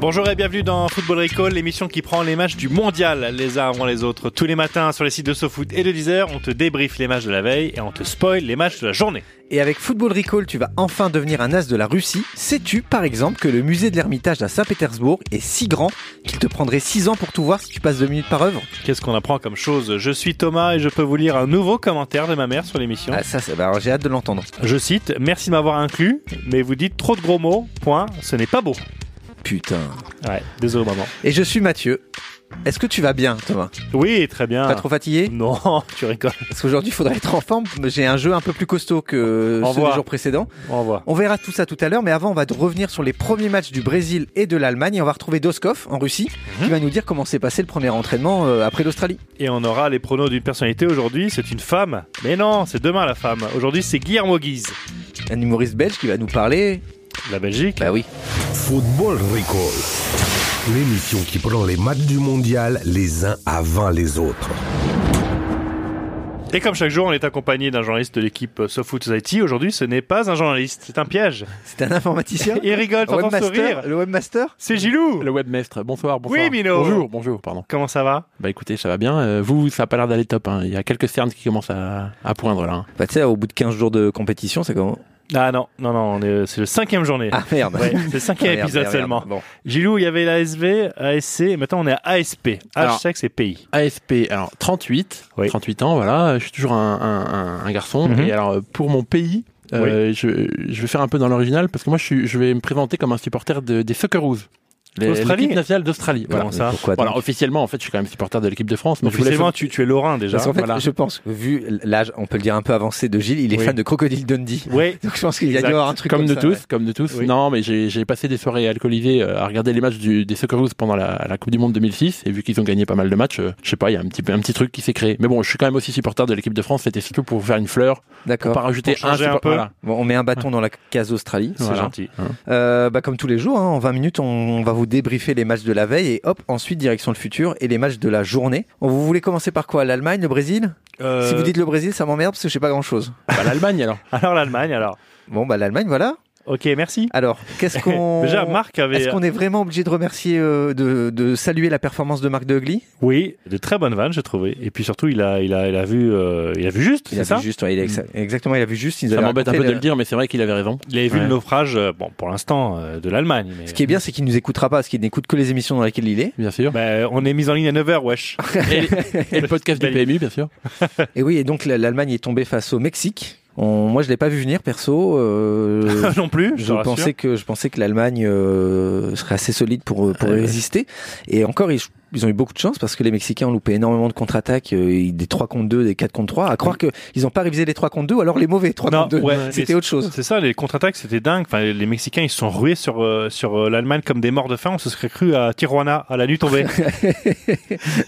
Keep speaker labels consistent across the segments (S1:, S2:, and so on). S1: Bonjour et bienvenue dans Football Recall, l'émission qui prend les matchs du mondial les uns avant les autres. Tous les matins sur les sites de SoFoot et de Deezer, on te débriefe les matchs de la veille et on te spoil les matchs de la journée.
S2: Et avec Football Recall, tu vas enfin devenir un as de la Russie. Sais-tu, par exemple, que le musée de l'Ermitage à Saint-Pétersbourg est si grand qu'il te prendrait 6 ans pour tout voir si tu passes 2 minutes par œuvre
S1: Qu'est-ce qu'on apprend comme chose Je suis Thomas et je peux vous lire un nouveau commentaire de ma mère sur l'émission.
S2: Ah, ça, ça bah, alors, j'ai hâte de l'entendre.
S1: Je cite Merci de m'avoir inclus, mais vous dites trop de gros mots, point, ce n'est pas beau.
S2: Oh, Putain.
S1: Ouais, désolé maman.
S2: Et je suis Mathieu. Est-ce que tu vas bien, Thomas
S1: Oui, très bien.
S2: Pas trop fatigué
S1: Non, tu rigoles.
S2: Parce qu'aujourd'hui, il faudrait être en forme. J'ai un jeu un peu plus costaud que
S1: Au
S2: ceux des
S1: revoir.
S2: jours précédents.
S1: Au revoir.
S2: On verra tout ça tout à l'heure, mais avant, on va revenir sur les premiers matchs du Brésil et de l'Allemagne. Et on va retrouver Doskov en Russie, qui va nous dire comment s'est passé le premier entraînement euh, après l'Australie.
S1: Et on aura les pronos d'une personnalité aujourd'hui, c'est une femme. Mais non, c'est demain la femme. Aujourd'hui, c'est Guillermo Guise.
S2: Un humoriste belge qui va nous parler.
S1: La Belgique.
S2: Bah oui.
S3: Football Recall. L'émission qui prend les matchs du mondial les uns avant les autres.
S1: Et comme chaque jour, on est accompagné d'un journaliste de l'équipe SoFoot Society. Aujourd'hui, ce n'est pas un journaliste, c'est un piège.
S2: C'est un informaticien.
S1: Il rigole,
S2: Un
S1: t'entends sourire.
S2: webmaster. Le webmaster.
S1: C'est Gilou
S4: Le webmestre, bonsoir, bonsoir.
S1: Oui, Mino.
S4: Bonjour, bonjour, pardon.
S1: Comment ça va
S4: Bah écoutez, ça va bien. Euh, vous, ça a pas l'air d'aller top. hein. Il y a quelques cernes qui commencent à, à poindre là. hein.
S2: Bah, tu sais, au bout de 15 jours de compétition, c'est comment
S1: Ah non, non, non, on est- c'est le cinquième journée.
S2: Ah merde.
S1: Ouais, c'est le cinquième
S2: Ah, merde,
S1: épisode
S2: merde, merde.
S1: seulement.
S2: Bon.
S1: Gilou, il y avait l'ASV, ASC, et maintenant on est à ASP. H,
S4: Alors-
S1: sexe et pays.
S4: ASP, alors 38,
S1: Oui.
S4: 38 ans, voilà. Je suis toujours un, un- un- un garçon.
S1: Mhm.
S4: Et alors, pour mon pays, euh, je, je vais faire un peu dans l'original parce que moi, je, suis- je vais me présenter comme un supporter de- des Socceroos. Les-
S1: Australie
S4: L'équipe nationale d'Australie. Voilà.
S1: Comment ça
S2: Pourquoi
S4: Voilà, officiellement, en fait, je suis quand même supporter de l'équipe de France. Mais je voulais
S1: Officiellement, tu, tu es Lorrain déjà.
S2: Parce qu'en fait,
S4: voilà.
S2: je pense, que vu l'âge, on peut le dire un peu avancé de Gilles, il est
S1: Oui.
S2: fan de Crocodile Dundee.
S1: Ouais,
S2: Donc je pense qu'il y a dû
S1: Exact.
S2: avoir un truc
S4: comme
S2: comme,
S4: nous
S2: ça,
S4: tous,
S2: ouais.
S4: comme nous tous.
S1: Oui.
S4: Non, mais j'ai j'ai passé des soirées alcoolisées euh, à regarder les matchs du, des Socceroos pendant la, la Coupe du Monde 2006. Et vu qu'ils ont gagné pas mal de matchs, euh, je sais pas, il y a un petit, peu- un petit truc qui s'est créé. Mais bon, je suis quand même aussi supporter de l'équipe de France. C'était surtout pour faire une fleur, pour pas
S2: D'accord.
S4: rajouter
S1: Pour changer
S4: support-
S1: un peu.
S4: voilà.
S2: Bon, on met un bâton dans la case Australie.
S1: c'est
S4: Voilà.
S1: gentil.
S2: Euh, bah, comme tous les jours, hein, en 20 minutes, on, on va vous débriefer les matchs de la veille et hop, ensuite direction le futur et les matchs de la journée. On- Vous voulez commencer par quoi L'Allemagne, le Brésil
S1: Euh,
S2: Si vous dites le Brésil, ça m'emmerde parce que je sais pas grand chose.
S4: Bah, L'Allemagne alors.
S1: Alors l'Allemagne, alors.
S2: Bon, bah l'Allemagne, voilà.
S1: Ok, merci.
S2: Alors, qu'est-ce qu'on.
S1: Déjà, Marc avait.
S2: Est-ce qu'on est vraiment obligé de remercier, euh, de, de saluer la performance de Marc de Hugli
S1: Oui, de très bonnes vannes, j'ai trouvé. Et puis surtout, il a, il a, il a vu, euh, il a vu juste,
S2: Il a
S1: c'est ça
S2: vu juste, ouais, il a exa- Mm. exactement, il a vu juste. il nous
S4: Ça
S2: avait
S4: m'embête un peu
S2: raconté
S4: de
S2: le-
S4: le dire, mais c'est vrai qu'il avait raison.
S1: Il avait vu
S4: Ouais.
S1: le naufrage, euh, bon, pour l'instant, euh, de l'Allemagne. Mais...
S2: Ce qui est bien, c'est qu'il nous écoutera pas, parce qu'il n'écoute que les émissions dans lesquelles il est.
S4: Bien sûr.
S1: Bah, on est mis en ligne à 9h, wesh.
S4: Et, et le podcast du
S1: Belle-
S4: PMU, bien sûr.
S2: Et oui, et donc la- l'Allemagne est tombée face au Mexique. On- moi, je l'ai pas vu venir, perso. euh,
S1: non plus, je, te
S2: Je
S1: rassure.
S2: pensais que je pensais que l'Allemagne euh, serait assez solide pour pour résister et encore ils, ils ont eu beaucoup de chance parce que les Mexicains ont loupé énormément de contre-attaques euh, ils- des 3 contre 2 des 4 contre 3 à croire que ils ont pas révisé les 3 contre 2 ou alors les mauvais 3
S1: Mm. Non,
S2: contre 2
S1: ouais,
S2: c'était
S1: mais-
S2: autre chose
S1: C'est ça, les contre-attaques, c'était dingue. Enfin, les Mexicains, ils se sont rués sur, euh, sur euh, l'Allemagne comme des morts de faim. On se serait cru à Tijuana, à la nuit tombée.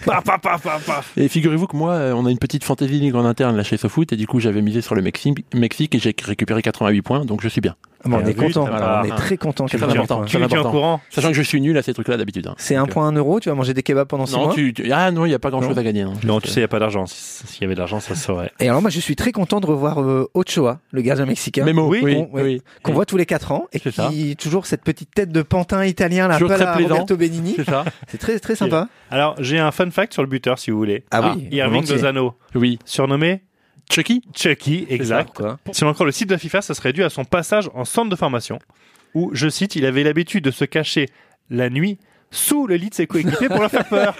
S1: paf, paf, paf, paf, paf.
S4: Et figurez-vous que moi, euh, on a une petite fantasy ligue en interne là chez SoFoot, et du coup, j'avais misé sur le Mexique, Mexique et j'ai récupéré 88 points, donc je suis bien.
S2: Ah, mais on
S1: Bien
S2: est
S1: vu,
S2: content
S1: voilà.
S2: on est très content
S4: C'est
S1: Tu-
S4: très important,
S1: Tu
S4: très
S1: tu es au
S4: important.
S1: courant
S4: Sachant que je suis nul à ces trucs-là d'habitude. hein.
S2: c'est un
S4: Donc,
S2: point 1 euro tu vas manger des kebabs pendant 6
S4: Non,
S2: mois
S4: tu, tu- ah non, il n'y a pas grand chose
S2: Non.
S4: à gagner. non.
S1: Non,
S4: Donc,
S1: tu
S4: euh,
S1: sais, il n'y a pas d'argent. Si- S'il y avait de l'argent, ça se saurait.
S2: et alors moi je suis très content de revoir euh, Ochoa le gardien mexicain
S4: Mémo,
S1: Oui,
S4: oui, oui,
S2: on- ouais. qu'on voit tous les 4 ans et
S4: C'est ça.
S2: qui toujours cette petite tête de pantin italien là un
S4: Toujours
S2: peu à
S4: très
S2: la
S4: plaisant.
S2: Roberto Benigni
S4: c'est ça.
S2: c'est très très sympa
S1: Alors, j'ai un fun fact sur le buteur, si vous voulez.
S2: ah oui
S1: Irving
S2: volontiers.
S1: Lozano,
S4: Oui.
S1: surnommé
S4: Chucky
S1: Chucky, exact.
S2: Pourquoi
S1: Selon encore le site de la FIFA, ça serait dû à son passage en centre de formation, où, je cite, il avait l'habitude de se cacher la nuit sous le lit de ses coéquipiers pour leur faire peur.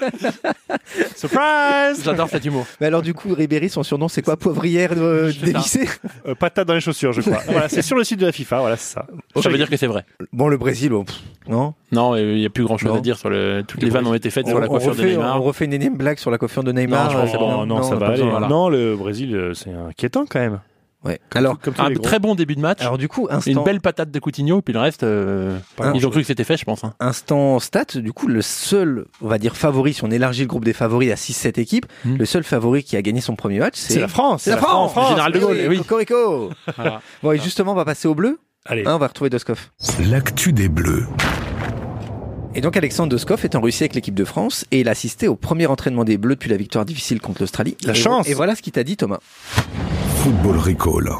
S1: Surprise
S4: J'adore cet humour.
S2: Mais alors du coup, Ribéry, son surnom, c'est quoi Poivrière euh,
S4: C'est ça.
S2: dévissée
S1: Euh, Patate dans les chaussures, je crois. Voilà, c'est sur le site de la FIFA, voilà, c'est ça.
S4: Ça veut dire que c'est vrai.
S2: Bon, le Brésil, on- pff, non
S4: Non, il n'y a plus grand chose
S2: Non.
S4: à dire sur le. Toutes
S2: Le
S4: les vannes ont
S2: Brésil.
S4: été faites
S2: on,
S4: sur la
S2: on
S4: coiffure
S2: refait,
S4: de Neymar.
S2: on refait une énième blague sur la coiffure de Neymar.
S4: Non, je pense
S2: euh,
S4: que c'est
S1: non, non,
S2: on
S1: ça
S2: a
S1: va
S2: pas
S1: aller.
S2: besoin, voilà.
S1: Non, le Brésil, euh, c'est inquiétant quand même.
S2: Ouais.
S1: Comme
S2: Alors,
S1: tout- comme tous
S4: Un
S1: les gros.
S4: Ah, très bon début de match.
S2: alors du coup,
S4: une
S2: instant,
S4: belle patate de Coutinho, puis le reste, euh,
S2: Pas
S4: ils ont
S1: grand-chose.
S4: cru que c'était fait, je pense. hein.
S2: instant stat, du coup, le seul, on va dire favori, si on élargit le groupe des favoris à 6-7 équipes,
S4: Mm.
S2: le seul favori qui a gagné son premier match, c'est
S1: C'est la France.
S2: C'est la France,
S4: France, Général de Gaulle,
S2: Eh
S4: eh oui.
S2: Cocorico. Bon, et justement, on va passer au bleu.
S1: Allez.
S2: Hein, on va retrouver Doskov.
S3: L'actu des Bleus.
S2: Et donc Alexandre Doskov est en Russie avec l'équipe de France et il a assisté au premier entraînement des Bleus depuis la victoire difficile contre l'Australie.
S1: La
S2: Et-
S1: chance.
S2: Et voilà ce qu'il t'a dit Thomas.
S3: Football Recall.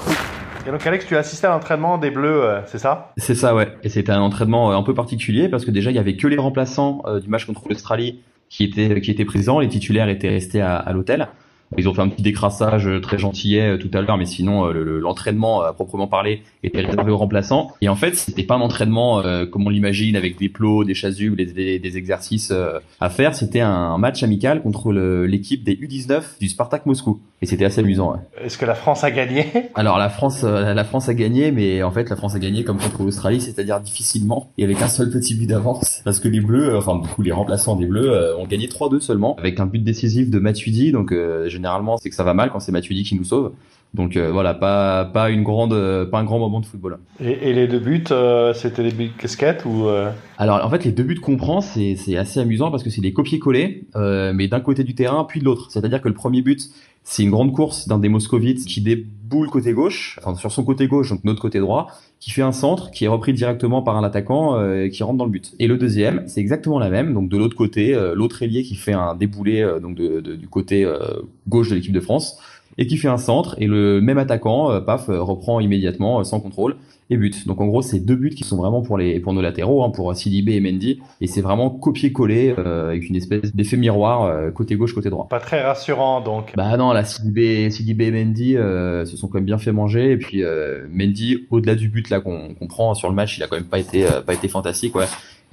S5: Et donc Alex, tu as assisté à l'entraînement des Bleus, euh, c'est ça
S6: C'est ça, ouais. Et c'était un entraînement euh, un peu particulier parce que déjà, il y avait que les remplaçants euh, du match contre l'Australie qui étaient, euh, qui étaient présents. Les titulaires étaient restés à, à l'hôtel. Ils ont fait un petit décrassage euh, très gentillet euh, tout à l'heure, mais sinon, euh, le- le- l'entraînement à proprement parler était réservé aux remplaçants. Et en fait, c'était pas un entraînement euh, comme on l'imagine avec des plots, des chasubles, des, des, des exercices euh, à faire. C'était un match amical contre le- l'équipe des U19 du Spartak Moscou. Et c'était assez amusant, ouais.
S5: Est-ce que la France a gagné
S6: Alors la France, euh, la France a gagné, mais en fait la France a gagné comme contre l'Australie, c'est-à-dire difficilement et avec un seul petit but d'avance, parce que les Bleus, euh, enfin du coup les remplaçants des Bleus euh, ont gagné 3-2 seulement, avec un but décisif de Matuidi. Donc euh, généralement c'est que ça va mal quand c'est Matuidi qui nous sauve. Donc euh, voilà, pas pas une grande, euh, pas un grand moment de football.
S5: et, et les deux buts, euh, c'était des buts de casquette ou euh,
S6: Alors en fait les deux buts qu'on prend c'est c'est assez amusant parce que c'est des copier-coller euh, mais d'un côté du terrain puis de l'autre. C'est-à-dire que le premier but c'est une grande course d'un des moscovites qui déboule côté gauche, enfin sur son côté gauche donc notre côté droit, qui fait un centre qui est repris directement par un attaquant euh, qui rentre dans le but. Et le deuxième c'est exactement la même donc de l'autre côté euh, l'autre ailier qui fait un déboulé euh, donc de- de- du côté euh, gauche de l'équipe de France et qui fait un centre et le même attaquant euh, paf euh, reprend immédiatement euh, sans contrôle et but. Donc en gros, c'est deux buts qui sont vraiment pour les pour nos latéraux, hein, pour Sidibé et Mendy, et c'est vraiment copier-coller euh, avec une espèce d'effet miroir euh, côté gauche, côté droit.
S5: pas très rassurant donc
S6: Bah non, là, Sidibé, Sidibé et Mendy euh, se sont quand même bien fait manger, et puis euh, Mendy, au-delà du but là qu'on qu'on prend hein, sur le match, il a quand même pas été euh, pas été fantastique, ouais.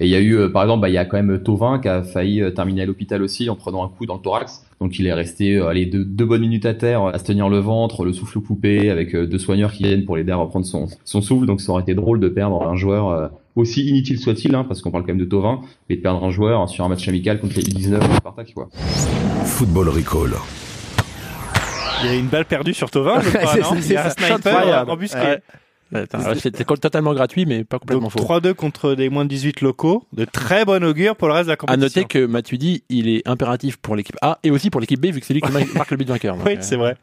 S6: Et il y a eu, euh, par exemple, bah, il y a quand même Tovin qui a failli euh, terminer à l'hôpital aussi en prenant un coup dans le thorax. Donc il est resté euh, allez, deux, deux bonnes minutes à terre, euh, à se tenir le ventre, le souffle coupé, avec euh, deux soigneurs qui viennent pour l'aider à reprendre son, son souffle. Donc ça aurait été drôle de perdre un joueur, euh, aussi inutile soit-il, hein, parce qu'on parle quand même de Tovin, mais de perdre un joueur sur un match amical contre les 19 Spartak, quoi.
S3: Football Recall.
S1: Il y a une balle perdue sur Tovin, je crois,
S2: C'est
S1: non
S2: ça,
S1: Il y a
S2: c'est
S1: un
S2: ça.
S1: sniper
S4: Incroyable.
S1: embusqué.
S4: Ouais. Ouais, putain, ouais, C'était co- totalement gratuit, mais pas
S1: Donc
S4: complètement faux.
S1: 3-2 contre des moins de 18 locaux, de très bon augure pour le reste de la
S4: À
S1: compétition.
S4: noter que Matuidi, il est impératif pour l'équipe A et aussi pour l'équipe B, vu que c'est lui qui ma- marque le but vainqueur. Donc,
S1: Oui,
S4: euh,
S1: c'est vrai.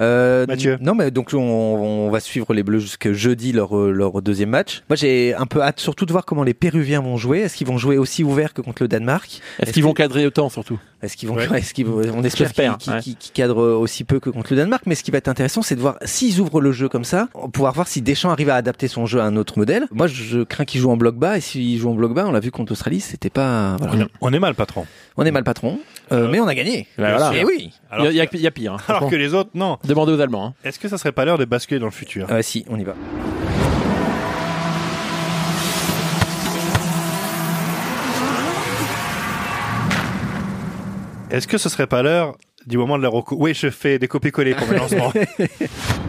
S2: Euh,
S1: Mathieu.
S2: Non, mais donc on, on va suivre les Bleus jusque jeudi leur euh, leur deuxième match. Moi, j'ai un peu hâte surtout de voir comment les Péruviens vont jouer. Est-ce qu'ils vont jouer aussi ouvert que contre le Danemark
S4: Est-ce qu'ils vont cadrer autant, surtout
S2: Est-ce qu'ils vont,
S1: Ouais.
S2: est-ce qu'ils vont- on espère qu'ils
S4: J'espère,
S2: qu'ils-
S4: ouais.
S2: qu'ils- qu'ils cadrent aussi peu que contre le Danemark, mais ce qui va être intéressant, c'est de voir s'ils ouvrent le jeu comme ça, on va pouvoir voir si Deschamps arrive à adapter son jeu à un autre modèle. Moi, je crains qu'il joue en bloc bas, et s'il joue en bloc bas, on l'a vu contre l'Australie, c'était pas, voilà.
S1: On est mal, patron.
S2: On est mal patron, euh, mais on a gagné.
S4: Bah, voilà.
S2: Et oui.
S4: Il y
S1: Alors,
S4: a- il y, a- il y a pire. hein,
S1: alors
S4: franchement.
S1: que les autres, non.
S4: Demandez aux Allemands. hein.
S1: Est-ce que ça serait pas l'heure de basculer dans le futur
S2: Euh, si, on y va.
S1: Est-ce que ce serait pas l'heure du moment de la reco Oui, je fais des copier-coller pour mes lancements.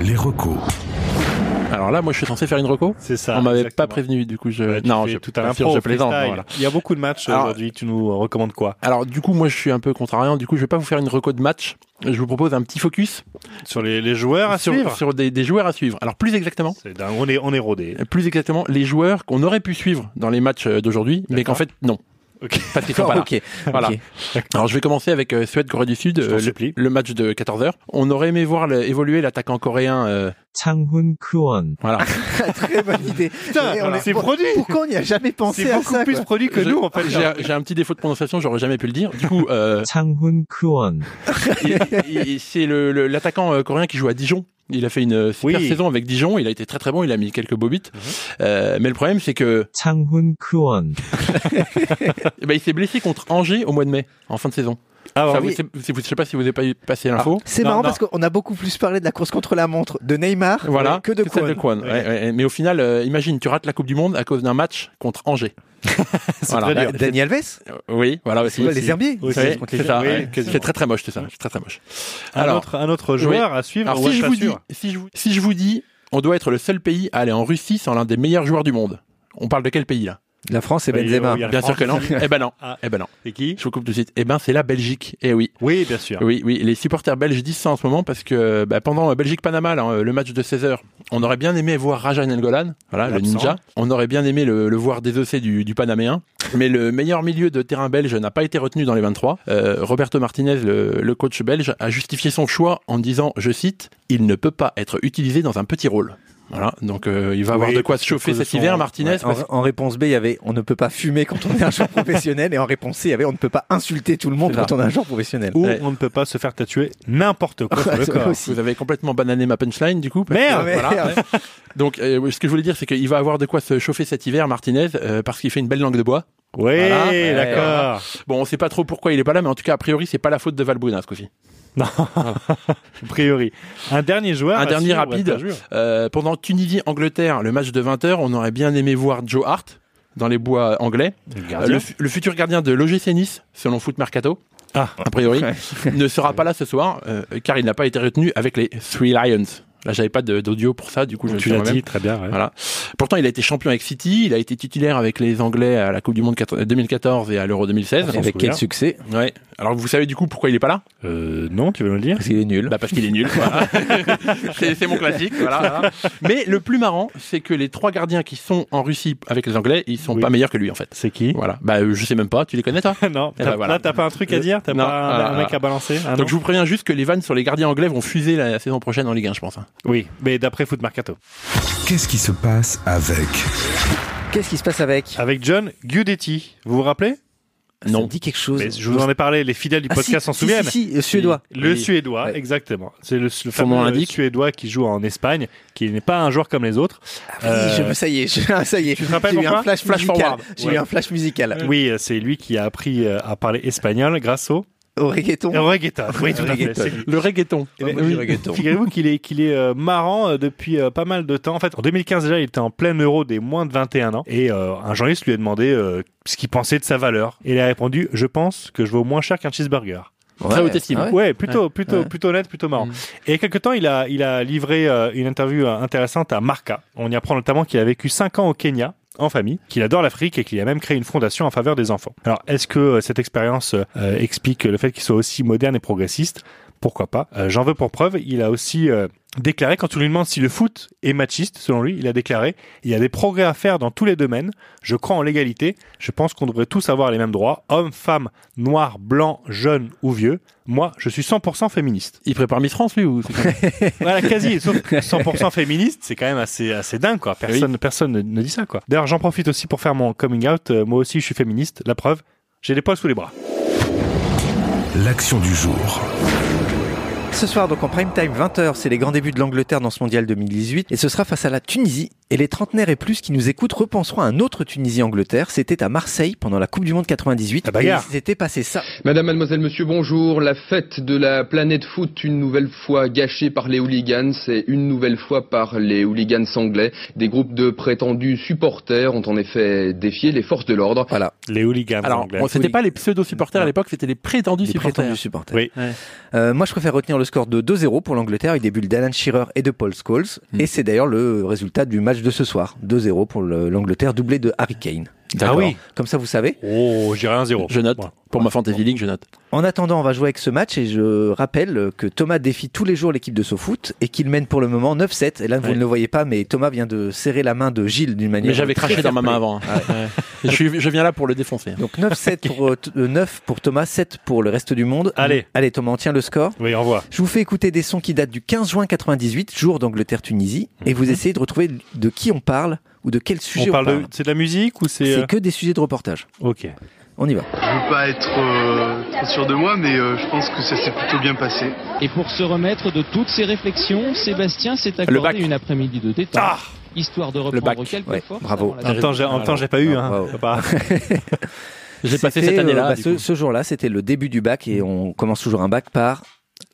S3: Les recos.
S4: Alors là, moi, je suis censé faire une reco.
S1: C'est ça.
S4: On m'avait pas
S1: exactement.
S4: prévenu, du coup, je.
S1: Ouais, tu
S4: non,
S1: fais
S4: je
S1: tout à
S4: bien sûr,
S1: l'impro,
S4: je plaisante.
S1: freestyle.
S4: voilà.
S1: Il y a beaucoup de matchs
S4: Alors-
S1: aujourd'hui. Tu nous recommandes quoi
S4: Alors, du coup, moi, je suis un peu contrariant. Du coup, je vais pas vous faire une reco de match. Je vous propose un petit focus
S1: Sur les, les joueurs à
S4: sur,
S1: suivre
S4: sur des, des joueurs à suivre. Alors, plus exactement,
S1: C'est dingue, on est, on est rodé.
S4: plus exactement, les joueurs qu'on aurait pu suivre dans les matchs euh, d'aujourd'hui, mais qu'en fait, non.
S1: Ok.
S4: Parce qu'ils sont pas là.
S2: ok.
S4: Voilà.
S2: Ok.
S4: Alors je vais commencer avec euh, Suède Corée du Sud
S1: Je t'en
S4: euh, le,
S1: supplie.
S4: le match de 14h. On aurait aimé voir le- évoluer l'attaquant coréen euh,
S7: 창훈 크원
S4: voilà.
S2: Très bonne idée.
S1: Putain,
S2: Et on est-
S1: c'est
S2: pour-
S1: produit
S2: Pourquoi on n'y a jamais pensé
S1: C'est
S2: à
S1: beaucoup
S2: ça
S1: plus
S2: quoi
S1: produit que
S4: Je-
S1: nous, en fait.
S4: J'ai j'ai un petit défaut de prononciation, j'aurais jamais pu le dire. Du coup euh,
S7: 창훈 크원
S4: il- il- c'est le- le- l'attaquant euh, coréen qui joue à Dijon. Il a fait une euh, super
S1: Oui.
S4: saison avec Dijon, il a été très très bon, il a mis quelques beaux buts. Euh, mais le problème c'est que
S7: 창훈 크원
S4: eh ben, il s'est blessé contre Angers au mois de mai en fin de saison.
S1: Ah,
S4: Ça,
S1: bon,
S4: vous-
S1: oui.
S4: c'est- c'est- vous- je sais pas si vous avez pas eu- passé l'info.
S2: C'est
S1: Non,
S2: marrant
S1: non.
S2: parce qu'on a beaucoup plus parlé de la course contre la montre de Neymar
S4: Voilà,
S2: Ah. que de
S4: celle
S2: Kwan.
S4: Kwan. Ouais, ouais. Mais au final, euh, imagine, tu rates la Coupe du Monde à cause d'un match contre Angers. Voilà.
S1: très dur.
S2: Daniel Alves,
S4: Euh, Oui, voilà aussi.
S2: Ouais,
S4: aussi.
S2: les herbiers.
S1: Oui,
S4: Oui,
S1: c'est-
S4: c'est ça.
S1: oui,
S4: ouais.
S1: quasiment.
S4: C'est très très moche, c'est ça. C'est très très moche.
S1: un,
S4: Alors-
S1: autre, un autre joueur à suivre.
S4: Alors
S1: ouais,
S4: si je
S1: pas
S4: vous dis,
S1: sûr.
S4: si je vous, si je vous dis, on doit être le seul pays à aller en Russie sans l'un des meilleurs joueurs du monde. On parle de quel pays là
S2: La France et
S1: Bah, il y a-
S2: Benzema.
S1: il y a la
S4: Bien sûr
S1: France,
S4: que non.
S1: les amis.
S4: Eh ben non.
S1: Ah.
S4: Eh ben non.
S1: C'est qui
S4: Je vous coupe tout de suite. Eh ben c'est la Belgique. Eh oui.
S1: Oui, bien sûr.
S4: Oui, oui, les supporters belges disent ça en ce moment parce que bah, pendant euh, Belgique-Panama, là, euh, le match de 16h, on aurait bien aimé voir Rajan El Golan, voilà, le
S1: L'absent.
S4: ninja. On aurait bien aimé le, le voir désossé du, du Panaméen. Mais le meilleur milieu de terrain belge n'a pas été retenu dans les 23. Euh, Roberto Martinez, le, le coach belge, a justifié son choix en disant, je cite, Il ne peut pas être utilisé dans un petit rôle. Voilà, donc euh, il va avoir
S1: Oui,
S4: de quoi
S1: parce
S4: se
S1: que
S4: chauffer
S1: cause de
S4: cet
S1: son-
S4: hiver, Martinez.
S2: Ouais, en,
S4: parce-
S2: en réponse B, il y avait on ne peut pas fumer quand on est un joueur professionnel, et en réponse C, il y avait on ne peut pas insulter tout le monde
S4: C'est ça.
S2: quand on est un joueur professionnel.
S1: Ou
S4: Ouais.
S1: on ne peut pas se faire tatouer n'importe quoi sur le
S2: c'est
S1: corps.
S2: aussi.
S4: Vous avez complètement banané ma punchline du coup. parce que-
S1: Merde,
S2: Ouais,
S1: voilà.
S2: merde.
S4: Donc, euh, oui, ce que je voulais dire, c'est qu'il va avoir de quoi se chauffer cet hiver, Martinez, euh, parce qu'il fait une belle langue de bois.
S1: Oui,
S4: Voilà. Ouais,
S1: Eh, d'accord.
S4: Bon, on sait pas trop pourquoi il est pas là, mais en tout cas, a priori, c'est pas la faute de Valbuena ce coup-ci.
S1: A priori. Un dernier joueur.
S4: Un
S1: à
S4: dernier
S1: suivre,
S4: rapide.
S1: à suivre.
S4: Euh, pendant Tunisie-Angleterre, le match de 20h, on aurait bien aimé voir Joe Hart dans les bois anglais. Euh, le, fu- le futur gardien de l'OGC Nice, selon Foot Mercato,
S1: Ah.
S4: a priori, ne sera pas là ce soir, euh, car il n'a pas été retenu avec les Three Lions. Là, j'avais pas de- d'audio pour ça, du coup, je le
S1: Tu
S4: fais
S1: l'as
S4: moi-même.
S1: dit, très bien. ouais.
S4: Voilà. Pourtant, il a été champion avec City, il a été titulaire avec les Anglais à la Coupe du Monde euh, 4- 2014 et à l'Euro 2016.
S2: Et Ah, Avec quel succès
S4: Ouais. Alors, vous savez du coup pourquoi il est pas là
S1: Euh, non, tu veux nous le dire
S2: Parce qu'il est nul.
S4: Bah parce qu'il est nul. voilà. c'est c'est mon classique. Voilà. Mais le plus marrant, c'est que les trois gardiens qui sont en Russie avec les Anglais, ils sont
S1: Oui.
S4: pas meilleurs que lui en fait.
S1: C'est qui
S4: Voilà. Bah euh, je sais même pas. Tu les connais toi
S1: Non,
S4: Eh
S1: t'as-
S4: ben voilà.
S1: là, t'as pas un truc à
S4: Euh,
S1: dire T'as
S4: non,
S1: pas un,
S4: ah,
S1: un mec
S4: ah.
S1: à balancer Un nom
S4: Donc je vous préviens juste que les vannes sur les gardiens anglais vont fuser la saison prochaine en Ligue 1, je pense. hein.
S1: Oui, mais d'après Foot Mercato.
S3: Qu'est-ce qui se passe avec
S2: Qu'est-ce qui se passe avec
S1: Avec John Gudetti. Vous vous rappelez
S2: Ça
S4: Non.
S2: me dit quelque chose.
S1: Mais Je vous en ai parlé, les fidèles du
S2: Ah, si,
S1: podcast s'en
S2: si,
S1: souviennent.
S2: Si, si, euh, suédois.
S1: Le
S4: Oui.
S1: suédois,
S2: Ouais.
S1: exactement. C'est le, le
S4: Son nom
S1: fameux
S4: l'indique.
S1: suédois qui joue en Espagne, qui n'est pas un joueur comme les autres.
S2: Ah Oui,
S1: Euh,
S2: je, ça y est, je- ah, ça y est.
S1: Tu te rappelles
S2: J'ai eu un
S1: pourquoi
S2: flash,
S1: Flash
S2: musical.
S1: forward.
S2: J'ai
S1: Ouais.
S2: eu un flash musical.
S1: Oui, euh, c'est lui qui a appris euh, à parler espagnol grâce au
S2: Au reggaeton.
S1: reggaeton. Oui, tout à fait.
S2: Reggaeton.
S1: c'est lui.
S4: Le reggaeton.
S1: Eh ben, oui. Figurez-vous qu'il est, qu'il est euh, marrant euh, depuis euh, pas mal de temps. En fait, en 2015 déjà, il était en plein euro des moins de 21 ans. Et euh, un journaliste lui a demandé euh, ce qu'il pensait de sa valeur. Et il a répondu « Je pense que je vaux moins cher qu'un cheeseburger ».
S4: Très haute estime.
S2: ah
S1: Ouais,
S2: ouais.
S1: plutôt, plutôt,
S2: Ouais.
S1: plutôt honnête, plutôt marrant.
S4: Mm.
S1: Et il y a quelques temps, il a, il a livré euh, une interview euh, intéressante à Marca. On y apprend notamment qu'il a vécu 5 ans au Kenya en famille, qu'il adore l'Afrique et qu'il a même créé une fondation en faveur des enfants. Alors, est-ce que euh, cette expérience euh, explique le fait qu'il soit aussi moderne et progressiste Pourquoi pas Euh, J'en veux pour preuve, il a aussi euh, déclaré, quand on lui demande si le foot est machiste, selon lui, il a déclaré « Il y a des progrès à faire dans tous les domaines. Je crois en l'égalité. Je pense qu'on devrait tous avoir les mêmes droits, hommes, femmes, noirs, blancs, jeunes ou vieux. Moi, je suis 100% féministe.
S4: Il prépare Miss France lui ou c'est quoi
S1: Voilà, quasi. Sauf que 100% féministe, c'est quand même assez, assez dingue, quoi. Personne, personne ne, ne dit ça, quoi. D'ailleurs, j'en profite aussi pour faire mon coming out. Euh, moi aussi, je suis féministe. La preuve, j'ai des poils sous les bras.
S3: l'action du jour
S2: Ce soir, donc en prime time, 20h, c'est les grands débuts de l'Angleterre dans ce mondial 2018. Et ce sera face à la Tunisie. Et les trentenaires et plus qui nous écoutent repenseront à un autre Tunisie-Angleterre. C'était à Marseille pendant la Coupe du Monde 98.
S1: La bagarre.
S2: Et il s'était passé ça.
S8: Madame, mademoiselle, monsieur, bonjour. La fête de la planète foot, une nouvelle fois gâchée par les hooligans et une nouvelle fois par les hooligans anglais. Des groupes de prétendus supporters ont en effet défié les forces de l'ordre.
S2: Voilà,
S1: Les hooligans
S4: Alors,
S1: anglais.
S4: on- c'était pas les pseudo-supporters à
S2: Non.
S4: l'époque, c'était les prétendus
S2: des
S4: supporters.
S2: prétendus supporters.
S1: Oui.
S4: Ouais.
S2: Euh, moi, je préfère retenir le score de 2-0 pour l'Angleterre avec des bulles d'Alan Shearer et de Paul Scholes. Et c'est d'ailleurs le résultat du match de ce soir. 2-0 pour le- l'Angleterre, doublé de Harry Kane.
S4: D'accord.
S1: Ah oui.
S2: Comme ça, vous savez.
S1: Oh, j'irai un zéro.
S4: Je note.
S1: Voilà.
S4: Pour ma fantasy league, je note.
S2: En attendant, on va jouer avec ce match et je rappelle que Thomas défie tous les jours l'équipe de SoFoot et qu'il mène pour le moment 9-7. Et là, vous
S4: Ouais.
S2: ne le voyez pas, mais Thomas vient de serrer la main de Gilles d'une manière.
S4: Mais j'avais
S2: très
S4: craché dans ma main
S2: fair-play.
S4: avant. hein. Ouais. Je suis- je viens là pour le défoncer. hein.
S2: Donc 9-7 pour, euh, t- euh, 9 pour Thomas, 7 pour le reste du monde.
S1: Allez.
S2: Allez Thomas, on tient le score.
S1: Oui, envoie.
S2: Je vous fais écouter des sons qui datent du 15 juin 98, jour d'Angleterre-Tunisie, et
S4: Mhm.
S2: vous essayez de retrouver de qui on parle ou de quel
S1: On
S2: sujet on
S1: parle
S2: parle.
S1: de, c'est de la musique ou c'est, euh,
S2: C'est que des sujets de reportage.
S1: ok.
S2: On y va.
S9: Je veux pas être euh, trop sûr de moi, mais euh, je pense que ça s'est plutôt bien passé.
S10: Et pour se remettre de toutes ces réflexions, Sébastien s'est
S4: Le bac.
S10: accordé une après-midi de détente,
S1: Ah!
S10: histoire de
S4: bac.
S10: reprendre quelques
S2: Ouais,
S10: forces.
S2: bravo.
S10: avant la
S1: En même temps, j'ai, en même temps, j'ai pas
S4: Ah,
S1: eu, hein.
S2: Bravo.
S1: Faut pas-
S4: J'ai passé
S2: C'était,
S4: cette
S2: euh,
S4: année-là.
S2: bah,
S4: du
S2: ce
S4: coup.
S2: ce jour-là, c'était le début du bac et on commence toujours un bac par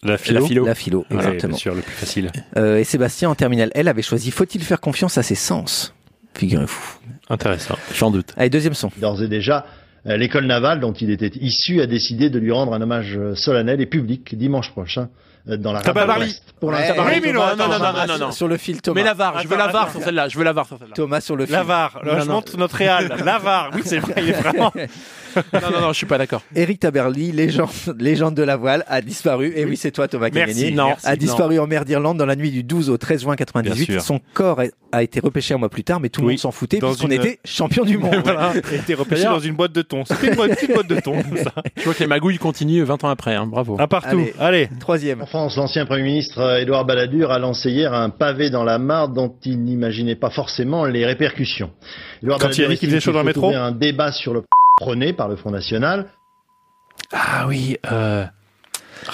S1: La
S4: philo.
S2: la philo.
S1: Ouais,
S2: Exactement.
S1: bien sûr, le plus facile.
S2: Euh, et Sébastien, en terminale L, avait choisi Faut-il faire confiance à ses sens Figurez-vous.
S1: Intéressant.
S4: J'en doute.
S2: Allez, deuxième son.
S11: D'ores et déjà, euh, l'école navale dont il était issu a décidé de lui rendre un hommage euh, solennel et public dimanche prochain dans la
S4: Tabarly.
S11: Pour
S2: Ah,
S11: l'instant, Tabarly.
S4: Tabarly. Oui, mais non,
S11: Thomas,
S4: non, non,
S11: Thomas,
S4: non, non, non, non.
S2: Sur le fil, bah, Thomas.
S4: Mais la VAR, je veux la VAR sur celle-là, je veux la VAR sur celle-là.
S2: Thomas sur le fil.
S4: La VAR, là, je montre notre Real. La VAR, oui, c'est vrai, il est vraiment- Non, non, non, je suis pas d'accord.
S2: Eric Taberly, légende, légende de la voile, a disparu. Et oui, c'est toi, Thomas
S4: Merci,
S2: Guérini.
S4: non,
S2: A
S4: non.
S2: disparu en mer d'Irlande dans la nuit du 12 au 13 juin 98.
S4: Bien sûr.
S2: Son corps a- a été repêché un mois plus tard, mais tout le
S1: Oui,
S2: monde s'en foutait
S1: dans
S2: puisqu'on
S1: une-
S2: était champion du monde.
S1: Voilà, et été repêché
S4: D'ailleurs-
S1: dans une boîte de thon. C'était une boîte- petite boîte de thon, comme ça.
S4: Je vois que les magouilles continuent 20 ans après, hein, bravo.
S1: À partout. Allez.
S2: Troisième.
S11: En France, l'ancien Premier ministre euh, Édouard Balladur a lancé hier un pavé dans la mare dont il n'imaginait pas forcément les répercussions. Édouard
S1: Quand il a dit qu'il faisait chaud dans le
S11: estime qu'il faut
S1: métro
S11: ouvrir un débat sur le prôné par le Front National.
S4: Ah oui, euh...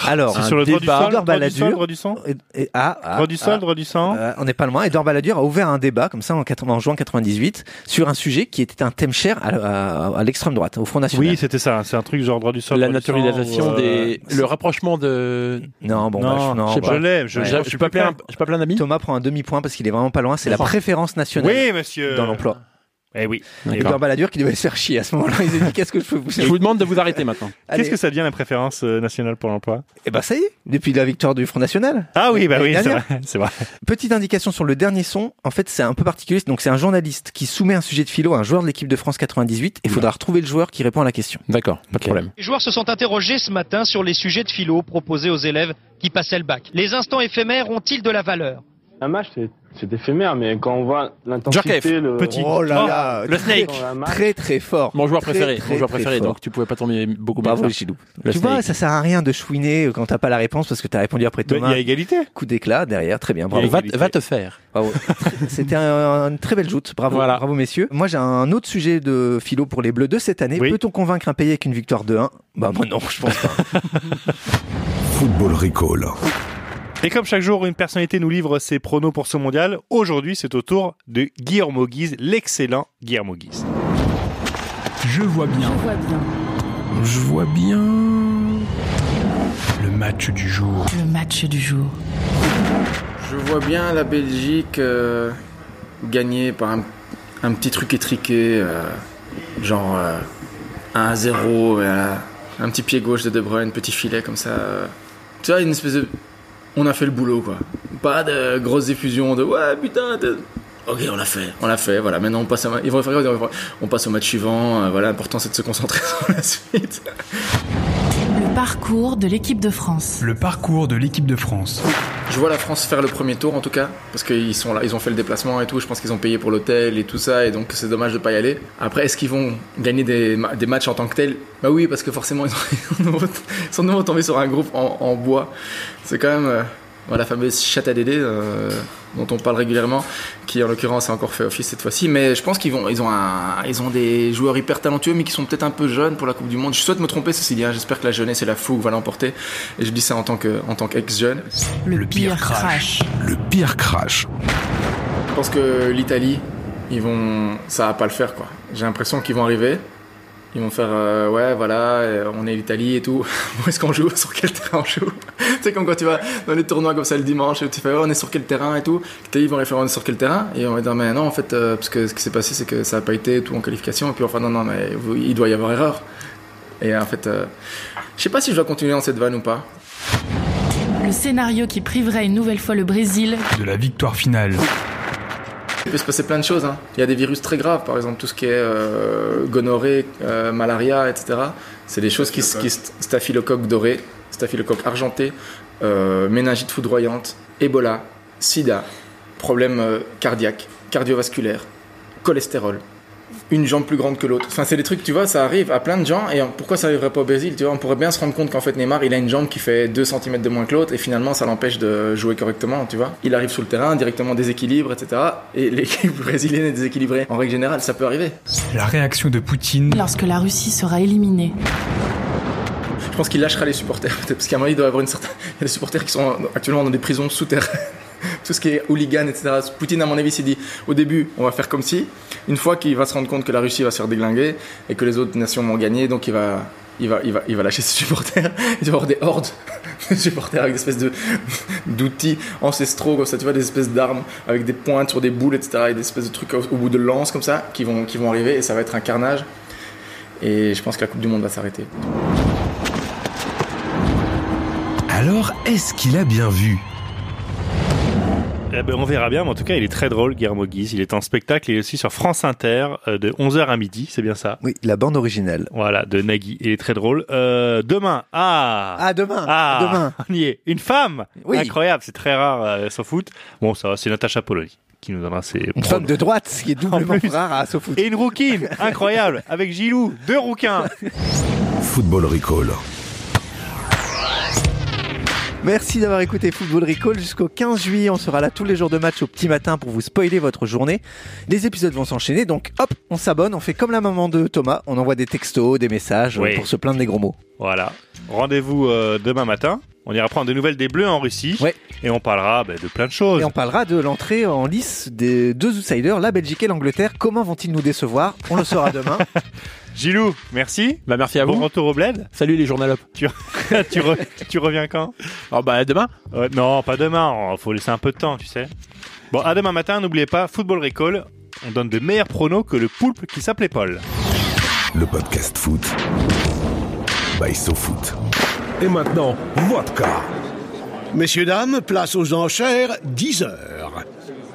S2: Alors,
S1: C'est
S2: un
S1: sur le droit du
S2: débat.
S1: sol,
S2: Edouard
S1: droit du
S2: Balladur-
S1: sol, droit du sang
S2: Et- et- ah, ah,
S1: Droit du sol,
S2: ah.
S1: droit du sang.
S2: Euh, on n'est pas loin. Edouard Balladur a ouvert un débat comme ça en, 80 en juin 98 sur un sujet qui était un thème cher à, à- à l'extrême droite, au Front National.
S1: Oui, c'était ça. C'est un truc genre droit du sol.
S4: la
S1: droit du sang,
S4: naturalisation
S1: ou, bah, euh,
S4: des... Le rapprochement de...
S2: Non, bon, bah,
S1: Non,
S2: je, non,
S4: je sais
S2: bah,
S4: pas.
S1: Je l'ai. Je,
S4: Ouais.
S1: j'en
S4: Je suis pas
S1: plus
S4: plein-
S1: clair.
S4: je suis pas plein d'amis.
S2: Thomas prend un demi-point parce qu'il est vraiment pas loin. C'est la préférence nationale
S1: Oui, euh, monsieur.
S2: dans l'emploi.
S1: Eh oui.
S4: D'accord.
S2: Edouard Balladur qui devait se faire chier à ce moment-là. Il s'est dit qu'est-ce que je peux vous
S4: ben, Je vous demande de vous arrêter maintenant.
S1: Qu'est-ce que ça devient la préférence euh, nationale pour l'emploi
S2: Eh ben ça y est, depuis la victoire du Front National.
S1: Ah oui, bah oui, c'est
S2: Dernière.
S1: vrai. C'est vrai.
S2: Petite indication sur le dernier son, en fait c'est un peu particulier, donc c'est un journaliste qui soumet un sujet de philo à un joueur de l'équipe de France 98 et il faudra retrouver le joueur qui répond à la question.
S4: D'accord, pas de problème.
S10: Les joueurs se sont interrogés ce matin sur les sujets de philo proposés aux élèves qui passaient le bac. Les instants éphémères ont-ils de la valeur
S12: Un match, c'est- c'est éphémère, mais quand on voit
S4: Jarkef,
S12: l'intensité, le...
S4: petit.
S2: Oh là là,
S4: le Snake.
S12: dans un match,
S2: Très très fort.
S4: Mon joueur
S2: Très,
S4: préféré,
S2: très,
S4: mon joueur
S2: très
S4: préféré,
S2: fort.
S4: donc tu pouvais pas tomber beaucoup mieux.
S2: Bravo
S4: que
S2: les
S4: ça.
S2: Chilou.
S4: Le
S2: Tu vois,
S4: Snake.
S2: ça sert à rien de chouiner euh, quand t'as pas la réponse parce que t'as répondu après
S1: Il y
S2: Thomas.
S1: a égalité.
S2: Coup d'éclat derrière, très bien, bravo.
S4: Va, va te faire.
S2: Bravo. C'était un- une très belle joute. Bravo,
S4: Voilà.
S2: bravo messieurs. Moi, j'ai un autre sujet de philo pour les Bleus de cette année.
S1: Oui.
S2: Peut-on convaincre un pays avec une victoire de 1 Bah moi non, je pense pas.
S3: Football Recall.
S1: Et comme chaque jour, une personnalité nous livre ses pronos pour ce mondial, aujourd'hui c'est au tour de Guillermo Guise, l'excellent Guillermo Guise.
S13: Je vois bien. Je vois bien. Le match du jour.
S14: Le match du jour.
S15: Je vois bien la Belgique euh, gagner par un, un petit truc étriqué, euh, genre euh, 1-0, voilà. euh, un petit pied gauche de De Bruyne, petit filet comme ça. euh. Tu vois, une espèce de. On a fait le boulot quoi. Pas de grosse effusion de ouais putain. t'es- Ok, on l'a fait, on l'a fait, voilà. Maintenant on passe, à ma- il faut faire- il faut- on passe au match suivant. euh, voilà, l'important c'est de se concentrer sur la suite.
S14: Le parcours de l'équipe de France.
S13: Le parcours de l'équipe de France.
S15: Je vois la France faire le premier tour en tout cas, parce qu'ils sont là, ils ont fait le déplacement et tout, je pense qu'ils ont payé pour l'hôtel et tout ça, et donc c'est dommage de pas y aller. Après, est-ce qu'ils vont gagner des, ma- des matchs en tant que tels Bah oui, parce que forcément, ils, ont- ils sont de nouveau- ils sont de nouveau tombés sur un groupe en, en bois. C'est quand même euh, voilà, la fameuse chatte à Dédé, euh, dont on parle régulièrement, qui en l'occurrence a encore fait office cette fois-ci, mais je pense qu'ils vont, ils ont, un- ils ont des joueurs hyper talentueux, mais qui sont peut-être un peu jeunes pour la Coupe du Monde. Je souhaite me tromper, ceci dit, hein, j'espère que la jeunesse et la fougue va l'emporter, et je dis ça en tant que- en tant qu'ex-jeune.
S14: Le, pire crash.
S13: Le pire crash.
S15: Je pense que l'Italie, ils vont, ça va pas le faire quoi. J'ai l'impression qu'ils vont arriver, ils vont faire euh, ouais voilà, euh, on est l'Italie et tout. Où est-ce qu'on joue Sur quel terrain on joue Tu sais comme quand tu vas dans les tournois comme ça le dimanche, tu fais ouais, on est sur quel terrain et tout. L'Italie ils vont aller faire on est sur quel terrain et on va dire mais non en fait euh, parce que ce qui s'est passé c'est que ça a pas été tout en qualification et puis enfin non non mais vous- il doit y avoir erreur. Et en fait, euh, je sais pas si je dois continuer dans cette vanne ou pas.
S14: Le scénario qui priverait une nouvelle fois le Brésil
S13: De la victoire finale.
S15: Il peut se passer plein de choses. hein. Il y a des virus très graves, par exemple tout ce qui est euh, gonorrhée, euh, malaria, etc. C'est des choses qui, se- qui se- staphylocoque doré, staphylocoque argenté, euh, méningite foudroyante, Ebola, SIDA, problème euh, cardiaque, cardiovasculaire, cholestérol. Une jambe plus grande que l'autre. Enfin, c'est des trucs, tu vois, ça arrive à plein de gens. Et pourquoi ça arriverait pas au Brésil Tu vois, on pourrait bien se rendre compte qu'en fait Neymar, il a une jambe qui fait 2 cm de moins que l'autre, et finalement, ça l'empêche de jouer correctement. Tu vois, il arrive sur le terrain directement déséquilibre, etc. Et l'équipe brésilienne est déséquilibrée. En règle générale, ça peut arriver.
S13: La réaction de Poutine.
S14: lorsque la Russie sera éliminée.
S15: Je pense qu'il lâchera les supporters, peut-être, parce qu'à mon avis, il doit y avoir une certaine. Il y a des supporters qui sont actuellement dans des prisons souterraines. Tout ce qui est hooligan, etc. Poutine, à mon avis, s'est dit au début, on va faire comme si. Une fois qu'il va se rendre compte que la Russie va se faire déglinguer et que les autres nations vont gagner, donc il va, il va, il va, il va lâcher ses supporters. Il va y avoir des hordes de supporters avec des espèces de, d'outils ancestraux, comme ça, tu vois, des espèces d'armes avec des pointes sur des boules, etc. Et des espèces de trucs au, au bout de lances, comme ça, qui vont, qui vont arriver et ça va être un carnage. Et je pense que la Coupe du Monde va s'arrêter.
S13: Alors
S3: Alors, est-ce qu'il a bien vu
S1: Eh ben, on verra bien, mais en tout cas, il est très drôle, Guillermo Guise. Il est en spectacle, il est aussi sur France Inter euh, de 11h à midi, c'est bien ça
S2: Oui, la bande originelle.
S1: Voilà, de Nagui. Il est très drôle. Euh, demain, ah
S2: Ah, demain
S1: Ah
S2: Demain
S1: On y est. Une femme
S2: Oui.
S1: Incroyable, c'est très rare euh, sans foot. Bon, ça va, c'est Natacha Polony qui nous donnera ses
S2: Une
S1: pronos.
S2: femme de droite, ce qui est doublement
S1: En plus.
S2: rare à Sofoot.
S1: Et une rouquine Incroyable Avec Gilou, deux rouquins
S3: Football Recall.
S2: Merci d'avoir écouté Football Recall jusqu'au 15 juillet. On sera là tous les jours de match au petit matin pour vous spoiler votre journée. Les épisodes vont s'enchaîner, donc hop, on s'abonne, on fait comme la maman de Thomas, on envoie des textos, des messages euh,
S1: Oui.
S2: pour se plaindre des gros mots.
S1: Voilà. Rendez-vous euh, demain matin. On ira prendre des nouvelles des Bleus en Russie. Et on parlera ben, de plein de choses.
S2: Et on parlera de l'entrée en lice des deux outsiders, la Belgique et l'Angleterre. Comment vont-ils nous décevoir On le saura demain.
S1: Gilou, merci.
S4: Bah, merci à
S1: Bon
S4: vous.
S1: retour au bled.
S4: Salut les journalopes.
S1: Tu, tu, re- tu reviens quand
S4: bah demain.
S1: Euh, non, pas demain. Oh, Faut laisser un peu de temps, tu sais. Bon, à demain matin. N'oubliez pas, Football Recall. On donne de meilleurs pronos que le poulpe qui s'appelait Paul.
S3: Le podcast foot by SoFoot. Et maintenant, vodka.
S16: Messieurs, dames, place aux enchères, 10 heures.